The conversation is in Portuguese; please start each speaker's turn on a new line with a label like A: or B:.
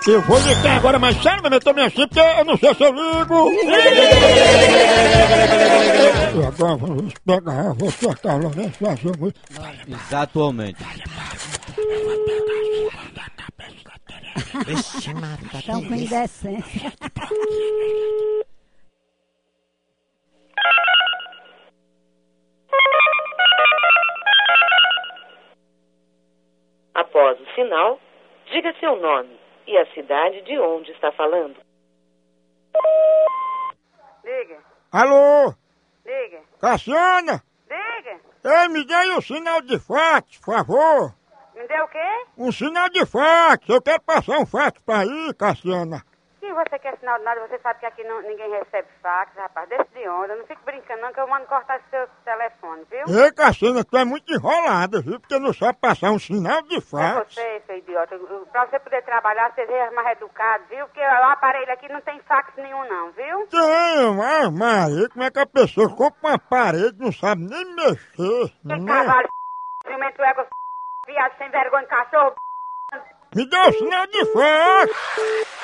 A: aqui, eu vou ligar agora, mas sério, mas eu tô meio assim porque eu não sei se eu ligo. E agora vamos pegar, vou soltar o Lourenço Azul. vou-
B: Exatamente.
C: Estão com indecência.
D: Após o sinal, diga seu nome e a cidade de onde está falando.
E: Diga,
A: Alô,
E: diga,
A: Cassiana?
E: diga.
A: Ei, me dê aí um sinal de fax, por favor.
E: Me deu o quê?
A: Um sinal de fax, eu quero passar um fax pra aí, Cassiana.
E: E você quer sinal de nada? Você sabe que aqui não- ninguém recebe fax, rapaz. Desce de onda. Não fico brincando, não, que eu mando cortar seu telefone, viu?
A: Ei, Cassiana, tu é muito enrolada, viu? Porque não sabe passar um sinal de
E: É
A: fax.
E: você, seu idiota. Eu- eu- Pra você poder trabalhar, você é mais educado, viu? Porque o aparelho aqui não tem fax nenhum, não, viu?
A: Tem, mas, mas como é que a pessoa compra uma parede e não sabe nem mexer?
E: Que
A: Né?
E: cavalo, jumento ego, viado sem vergonha, cachorro,
A: Me dá um sinal de fax!